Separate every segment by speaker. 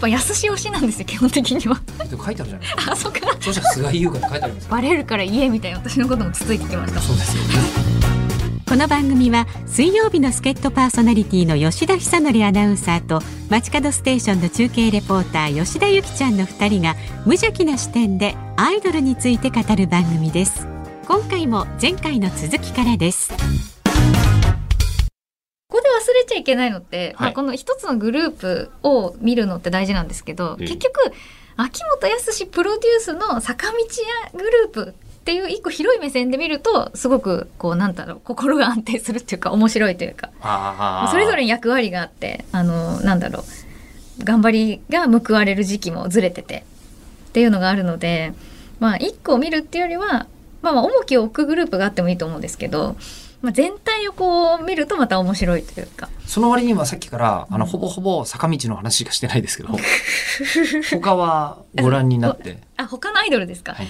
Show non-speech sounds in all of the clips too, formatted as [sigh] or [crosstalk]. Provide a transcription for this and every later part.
Speaker 1: ぱ安し推しなんですよ基本的には
Speaker 2: でも書いてあるじゃない
Speaker 1: [laughs] あそっか
Speaker 2: 著者菅井優香って書いてありますよ
Speaker 1: バレるから言えみたいな私のこともつついてきました
Speaker 2: そうですよね
Speaker 3: この番組は水曜日の助っ人パーソナリティの吉田久典アナウンサーと街角ステーションの中継レポーター吉田由紀ちゃんの2人が無邪気な視点でアイドルについて語る番組です今回も前回の続きからです
Speaker 1: ここで忘れちゃいけないのって、
Speaker 4: はい
Speaker 1: まあ、この一つのグループを見るのって大事なんですけど、
Speaker 4: ええ
Speaker 1: 結局秋元康プロデュースの坂道屋グループっていう一個広い目線で見るとすごくこうなんだろう心が安定するっていうか面白いというか
Speaker 4: あー
Speaker 1: それぞれに役割があってあのなんだろう頑張りが報われる時期もずれててっていうのがあるのでまあ一個を見るっていうよりは、まあ、まあ重きを置くグループがあってもいいと思うんですけど、まあ、全体をこう見るとまた面白いという
Speaker 2: [laughs]
Speaker 1: か
Speaker 2: その割にはさっきからあのほぼほぼ坂道の話しかしてないですけど他はご覧になって
Speaker 1: あ他のアイドルですか、
Speaker 2: はい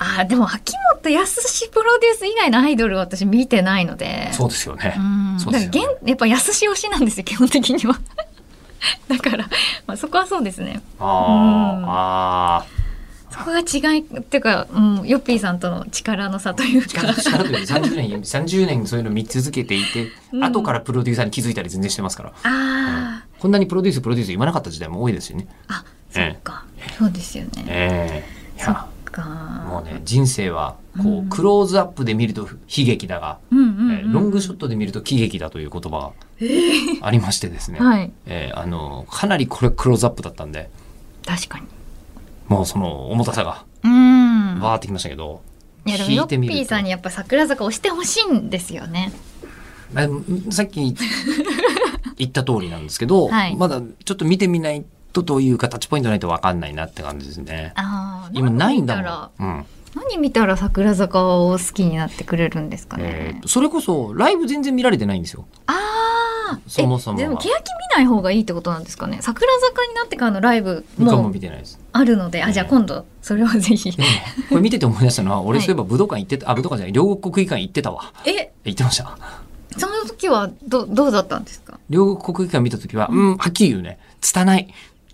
Speaker 1: あでも秋元康プロデュース以外のアイドルは私見てないので
Speaker 2: そうですよね
Speaker 1: うん
Speaker 2: そうですよね
Speaker 1: だから現やっぱ安推しなんですよ基本的には [laughs] だから、まあ、そこはそうですね
Speaker 4: あ
Speaker 1: う
Speaker 4: ー
Speaker 1: ん
Speaker 4: あ
Speaker 1: そこが違いっていうか、うん、ヨッピーさんとの力の差という
Speaker 2: 力
Speaker 1: か
Speaker 2: と力というか30年30年そういうの見続けていて、
Speaker 1: うん
Speaker 2: 後からプロデューサーに気づいたり全然してますから
Speaker 1: あ
Speaker 2: こんなにプロデュースプロデュース言わなかった時代も多いですよね。
Speaker 1: ーあそ
Speaker 4: ええ
Speaker 1: っか、そうですよね
Speaker 2: ええい
Speaker 1: そっ
Speaker 2: や
Speaker 1: か
Speaker 2: もうね人生はこ
Speaker 1: う
Speaker 2: うんクローズアップで見ると悲劇だが、
Speaker 1: うんうん、うん
Speaker 2: えーロングショットで見ると喜劇だという言葉がありましてですね、
Speaker 1: はい
Speaker 2: えーあのかなりこれクローズアップだったんで
Speaker 1: 確かに
Speaker 2: もうその重たさが
Speaker 1: うん
Speaker 2: バーってきましたけど、
Speaker 1: いやでも
Speaker 2: 引
Speaker 1: ヨ
Speaker 2: いて
Speaker 1: ッ
Speaker 2: みると
Speaker 1: ピーさんにやっぱ桜坂をしてほしいんですよね
Speaker 2: まあでもさっき言った通りなんですけど、
Speaker 1: はい
Speaker 2: まだちょっと見てみないとというかタッチポイントないと分かんないなって感じですね。
Speaker 1: あー
Speaker 2: 今ないんだ
Speaker 1: 何見たら
Speaker 2: もん。うん
Speaker 1: 何見たら桜坂を好きになってくれるんですか
Speaker 2: え
Speaker 1: ね
Speaker 2: ー、とそれこそライブ全然見られてないんですよ。
Speaker 1: ああ
Speaker 2: そもそもは
Speaker 1: でも欅見ない方がいいってことなんですかね桜坂になってからのライブ
Speaker 2: 一回
Speaker 1: も
Speaker 2: も見てないです。
Speaker 1: あるのであじゃあ今度それをぜ
Speaker 2: [laughs]
Speaker 1: ひ
Speaker 2: でもねこれ見てて思い出したのは、俺
Speaker 1: はい
Speaker 2: そういえば武道館行ってた、あ、武道館じゃない、両国国技館行ってたわ。
Speaker 1: え
Speaker 2: 行ってました。
Speaker 1: その時はどどうだったんですか
Speaker 2: 両国国技館見た時は、うん、はっきり言うね、拙い。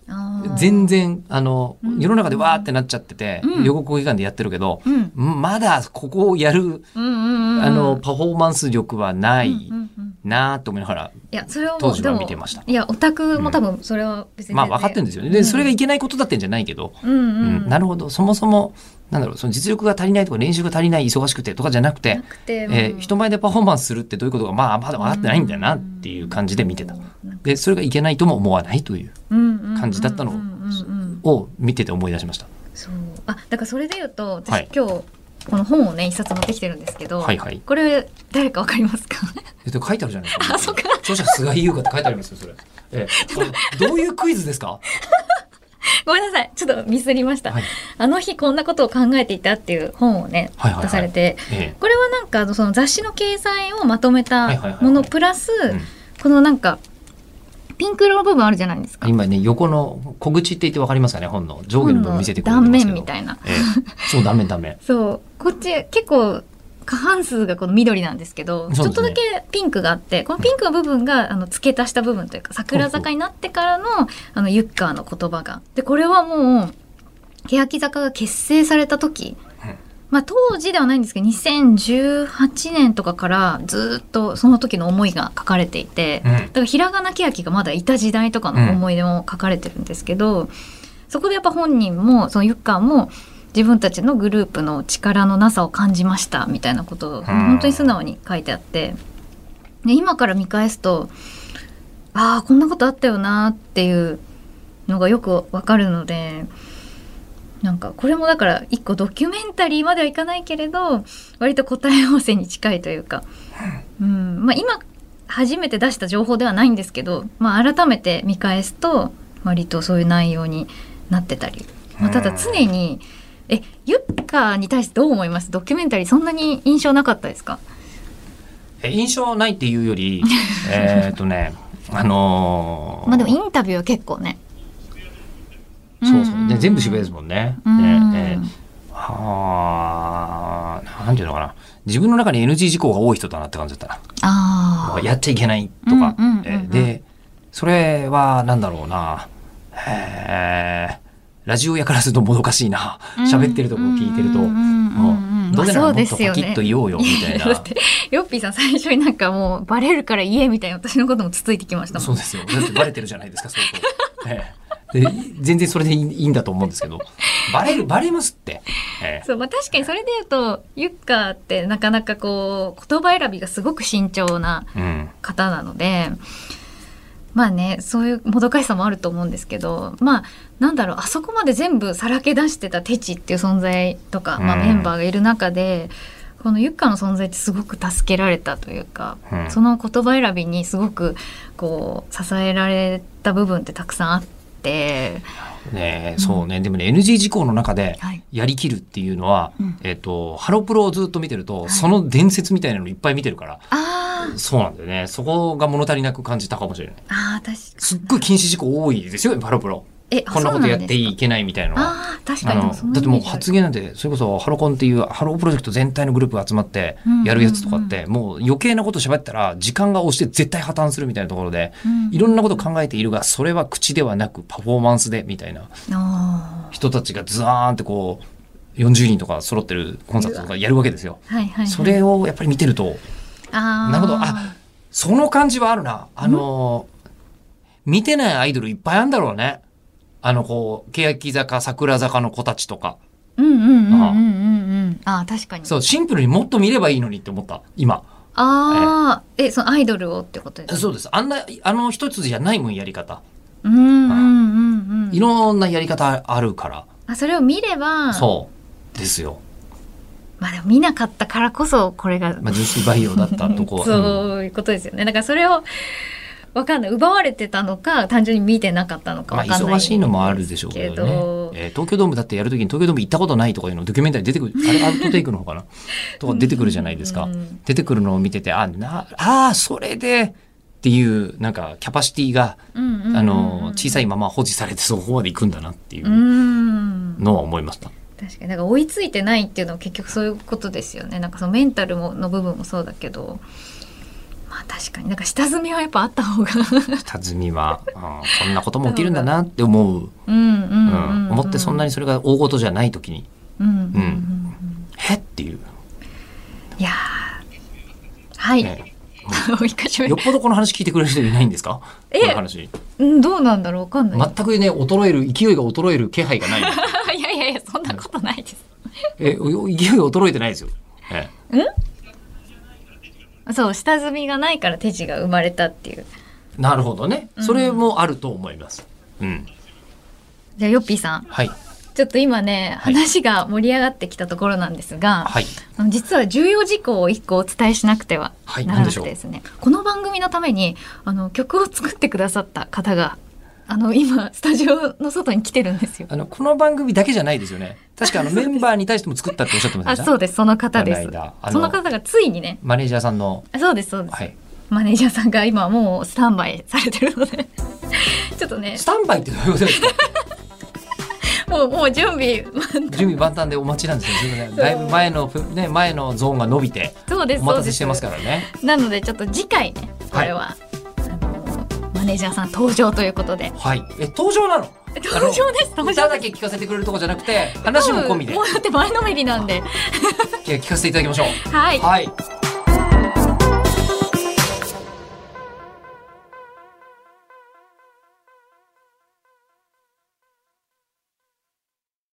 Speaker 1: あー
Speaker 2: 全然、あの、
Speaker 1: うん
Speaker 2: 世の中でわーってなっちゃってて、
Speaker 1: うん
Speaker 2: 両国国技館でやってるけど、
Speaker 1: うん
Speaker 2: うんまだここをやる、
Speaker 1: うんうんうん
Speaker 2: あの、
Speaker 1: うん
Speaker 2: パフォーマンス力はない
Speaker 1: うんうん
Speaker 2: なーと思いながら、
Speaker 1: いやそれはも
Speaker 2: 当
Speaker 1: う
Speaker 2: 時
Speaker 1: で
Speaker 2: は
Speaker 1: も
Speaker 2: 見てました
Speaker 1: いやオタクも多分それは別に
Speaker 2: まあ分かってるんですよね。で、それがいけないことだってんじゃないけど、
Speaker 1: うんうん
Speaker 2: う
Speaker 1: うん
Speaker 2: ん、なるほど、そもそも、なんだろう、その実力が足りないとか練習が足りない、忙しくてとかじゃなくて
Speaker 1: な、くて
Speaker 2: え
Speaker 1: う
Speaker 2: ー
Speaker 1: ん
Speaker 2: 人前でパフォーマンスするってどういうことか、まあ、まだ分かってないんだなっていう感じで見てた。で、それがいけないとも思わないという、
Speaker 1: 感
Speaker 2: 感じだったの
Speaker 1: うんうんうんうん
Speaker 2: を見てて思い出しました。
Speaker 1: そうあだからそれで言うと私、
Speaker 2: はい
Speaker 1: 今日この本をね一冊持ってきてるんですけど、
Speaker 2: はいはい。
Speaker 1: これ誰かわかりますか [laughs]
Speaker 2: えっと、書いてあるじゃないですか。
Speaker 1: あそっか
Speaker 2: 著者菅井優香って書いてありますよ、それ。
Speaker 1: [laughs]
Speaker 2: ええ、これどういうクイズですか。
Speaker 1: ごめんなさいちょっとミスりました、
Speaker 2: はい。
Speaker 1: あの日こんなことを考えていたっていう本をね、
Speaker 2: はいはいはい
Speaker 1: 出されて
Speaker 2: え
Speaker 1: これはなんかあのその雑誌の掲載をまとめ
Speaker 2: はいはいはい
Speaker 1: た
Speaker 2: はい
Speaker 1: ものプラス、
Speaker 2: ん
Speaker 1: このなんかピンク色の部分あるじゃないですか
Speaker 2: え、今ね、横の小口って言ってわかりますかね、本の上下の部分見せてくれて
Speaker 1: 本の
Speaker 2: ます
Speaker 1: 断
Speaker 2: けど。
Speaker 1: 面みたいな
Speaker 2: ええ、そう、断面断面。
Speaker 1: そうこっち結構過半数がこの緑なんですけど
Speaker 2: そ
Speaker 1: ちょ
Speaker 2: うですね
Speaker 1: っとだけピンクがあってこのピンクの部分があの付け足した部分というか桜坂になってからのあのユッカーの言葉が。でこれはもう欅坂が結成された時
Speaker 2: うん、
Speaker 1: まあ、当時ではないんですけど2018年とかからずっとその時の思いが書かれていて。
Speaker 2: うん
Speaker 1: だ。からひらがなけやきがまだいた時代とかの思い出も書かれてるんですけど、そこでやっぱ本人もそのユッカーも自分たちのグループの力のなさを感じましたみたいなことを本当に素直に書いてあって、で今から見返すとああこんなことあったよなっていうのがよくわかるので。なんかこれもだから一個ドキュメンタリーまではいかないけれど割と答え合わせに近いというか、うんまあ、今初めて出した情報ではないんですけど、まあ、改めて見返すと割とそういう内容になってたり、まあ、ただ常に「えユッカーに対してどう思いますドキュメンタリーそんなに印象なかったですか
Speaker 2: え印象ないっていう
Speaker 1: [laughs]
Speaker 2: より、えーっとね、あのー
Speaker 1: まあでもインタビューは結構ね。
Speaker 2: そうそう。
Speaker 1: んん
Speaker 2: ね、
Speaker 1: ん
Speaker 2: 全部渋谷ですもんね。
Speaker 1: うん
Speaker 2: ねえーはあ、なんていうのかな。自分の中に NG 事項が多い人だなって感じだったな。
Speaker 1: あ
Speaker 2: やっちゃいけないとか。
Speaker 1: うんうんうんうん
Speaker 2: えーで、それはなんだろうな。えへえラジオやからするともどかしいな喋ってるとこ聞いてると、
Speaker 1: うんうんうんうん
Speaker 2: もうどうせな
Speaker 1: まあそう
Speaker 2: らも
Speaker 1: で
Speaker 2: っと
Speaker 1: す
Speaker 2: パ
Speaker 1: よ
Speaker 2: キ
Speaker 1: ね
Speaker 2: ッと言おうよみ
Speaker 1: [laughs]
Speaker 2: たい
Speaker 1: いやだ
Speaker 2: な
Speaker 1: っ。てヨッピーさん最初になんかもうバレるから言えみたいな私のこともつついてきましたも
Speaker 2: そうんですよ。だってバレてるじゃないですか、相当。ええ、で全然それでいいいいんだと思うんですけど、バレる、バレますって。ええ
Speaker 1: そう、まあ、確かにそれで言うとユッカーってなかなかこう言葉選びがすごく慎重な
Speaker 2: うん、
Speaker 1: 方なのでまあねそういうもどかしさもあると思うんですけどまあなんだろうあそこまで全部さらけ出してたテチっていう存在とか、まあ、
Speaker 2: うん
Speaker 1: メンバーがいる中で、このユッカの存在ってすごく助けられたというか、
Speaker 2: うん
Speaker 1: その言葉選びにすごくこう支えられた部分ってたくさんあって。
Speaker 2: ねえそうね。でもね、NG 事項の中で、
Speaker 1: はい
Speaker 2: やりきるっていうのは、
Speaker 1: うん
Speaker 2: えっ、と、ハロプロをずっと見てると、その伝説みたいなのいっぱい見てるから、
Speaker 1: あー
Speaker 2: そうなんだよね。そこが物足りなく感じたかもしれない。
Speaker 1: あー確か
Speaker 2: すっごい禁止事項多いですよ、ハロプロ。
Speaker 1: えあ
Speaker 2: こんなことやっ
Speaker 1: そうな
Speaker 2: て
Speaker 1: んですか
Speaker 2: いけないみたいなのは。
Speaker 1: あー確か
Speaker 2: あ
Speaker 1: にで
Speaker 2: の
Speaker 1: もそんな
Speaker 2: だってもう
Speaker 1: イメージある
Speaker 2: 発言なんてそれこそハロコンっていうハロープロジェクト全体のグループが集まって
Speaker 1: うんうんうん
Speaker 2: やるやつとかってもう余計なこと喋ったら時間が押して絶対破綻するみたいなところで
Speaker 1: うん
Speaker 2: いろんなこと考えているがそれは口ではなくパフォーマンスでみたいな
Speaker 1: あ
Speaker 2: 人たちがズワーンってこう40人とか揃ってるコンサートとかやるわけですよ。
Speaker 1: ーはいはいはい
Speaker 2: それをやっぱり見てると
Speaker 1: あー
Speaker 2: なるほどあその感じはあるなあの見てないアイドルいっぱいあるんだろうね。あのこう欅坂桜坂の子たちとか。
Speaker 1: うんうんうんうんうんうん。ああ確かに。
Speaker 2: そう、シンプルにもっと見ればいいのにって思った、今。
Speaker 1: ああ、え、そのアイドルをってことですか。
Speaker 2: そうです。あんな、あの一つじゃないもん、やり方。
Speaker 1: うんうんうんう
Speaker 2: い
Speaker 1: ん。
Speaker 2: ろんなやり方あるから。
Speaker 1: あそれを見れば、
Speaker 2: そう。ですよ。
Speaker 1: まあでも見なかったからこそこれが、
Speaker 2: まあ、人気培養だったとこうん
Speaker 1: そういうことですよね。だからそれをわかんない奪われてたのか単純に見てなかったのか
Speaker 2: ま
Speaker 1: わ
Speaker 2: あ、
Speaker 1: かんない、
Speaker 2: 忙しいのもあるでしょうけどね。えー東京ドームだってやるときに東京ドーム行ったことないとかいうのドキュメンタリー出てくる、あれアウトテイクの方かなとか出てくるじゃないですか
Speaker 1: うんうんうん。
Speaker 2: 出てくるのを見てて、あ、な、ああ、それで、っていう、なんか、キャパシティが、
Speaker 1: うんうんうんうん。
Speaker 2: あの、小さいまま保持されてそこまで行くんだなっていううんのは思いました。
Speaker 1: 確かになんか追いついてないっていうのは結局そういうことですよねなんかそのメンタルもの部分もそうだけどまあ確かになんか下積みはやっぱあった方が
Speaker 2: 下積みは、うん、そんなことも起きるんだなって思う、
Speaker 1: うんうんう、
Speaker 2: うんん、思ってそんな
Speaker 1: に
Speaker 2: にそれが大事じゃない時に
Speaker 1: うんうんうん、
Speaker 2: うんへっていう、
Speaker 1: いやーはい、 [laughs]
Speaker 2: ね
Speaker 1: もう一回し
Speaker 2: よっぽどこの話聞いてくれる人いないんですか
Speaker 1: え
Speaker 2: この話
Speaker 1: うんどうなんだろうわかんない、
Speaker 2: 全くね衰える勢いが衰える気配がない
Speaker 1: [laughs] いやいやいやそんなことないです
Speaker 2: えお勢いが衰えてないですよ、え
Speaker 1: そう下積みがないから手地が生まれたっていう
Speaker 2: えなるほどねそれもあると思いますうん、
Speaker 1: じゃあヨッピーさん
Speaker 2: はい
Speaker 1: ちょっと今ね
Speaker 2: はい
Speaker 1: 話が盛り上がってきたところなんですが、
Speaker 2: はい
Speaker 1: あの実は重要事項を一個お伝えしなくては
Speaker 2: はい
Speaker 1: ならなくてですね、この番組のためにあの曲を作ってくださった方があの今スタジオの外に来てるんですよ。
Speaker 2: あのこの番組だけじゃないですよね
Speaker 1: [laughs]
Speaker 2: 確かあのメンバーに対しても作ったっておっしゃってませ
Speaker 1: あ
Speaker 2: んでした
Speaker 1: そうですその方で
Speaker 2: こ
Speaker 1: す
Speaker 2: の間あの
Speaker 1: その方がついにね
Speaker 2: マネージャーさんの
Speaker 1: あそうですそうです、
Speaker 2: はい
Speaker 1: マネージャーさんが今もうスタンバイされてるので [laughs] ちょっとね
Speaker 2: スタンバイってどういうことで
Speaker 1: [laughs]
Speaker 2: すか
Speaker 1: もうもう準備
Speaker 2: 準備万端でお待ちなんですよ。すいませんだいぶ前の、ね、前のゾーンが伸びて、
Speaker 1: そうです
Speaker 2: お
Speaker 1: そ
Speaker 2: 待
Speaker 1: う
Speaker 2: た
Speaker 1: で
Speaker 2: せしてます
Speaker 1: す
Speaker 2: からね。
Speaker 1: なのでちょっと次回ねこれは、あのマネージャーさん登場ということで
Speaker 2: はい。え、登場なの
Speaker 1: 登場です登場
Speaker 2: 歌
Speaker 1: です
Speaker 2: だけ聞かせてくれるとかじゃなくて、話も込みで、
Speaker 1: うだって前のめりなんで。
Speaker 2: いや聞かせていただきましょう。
Speaker 1: はい。
Speaker 2: はい。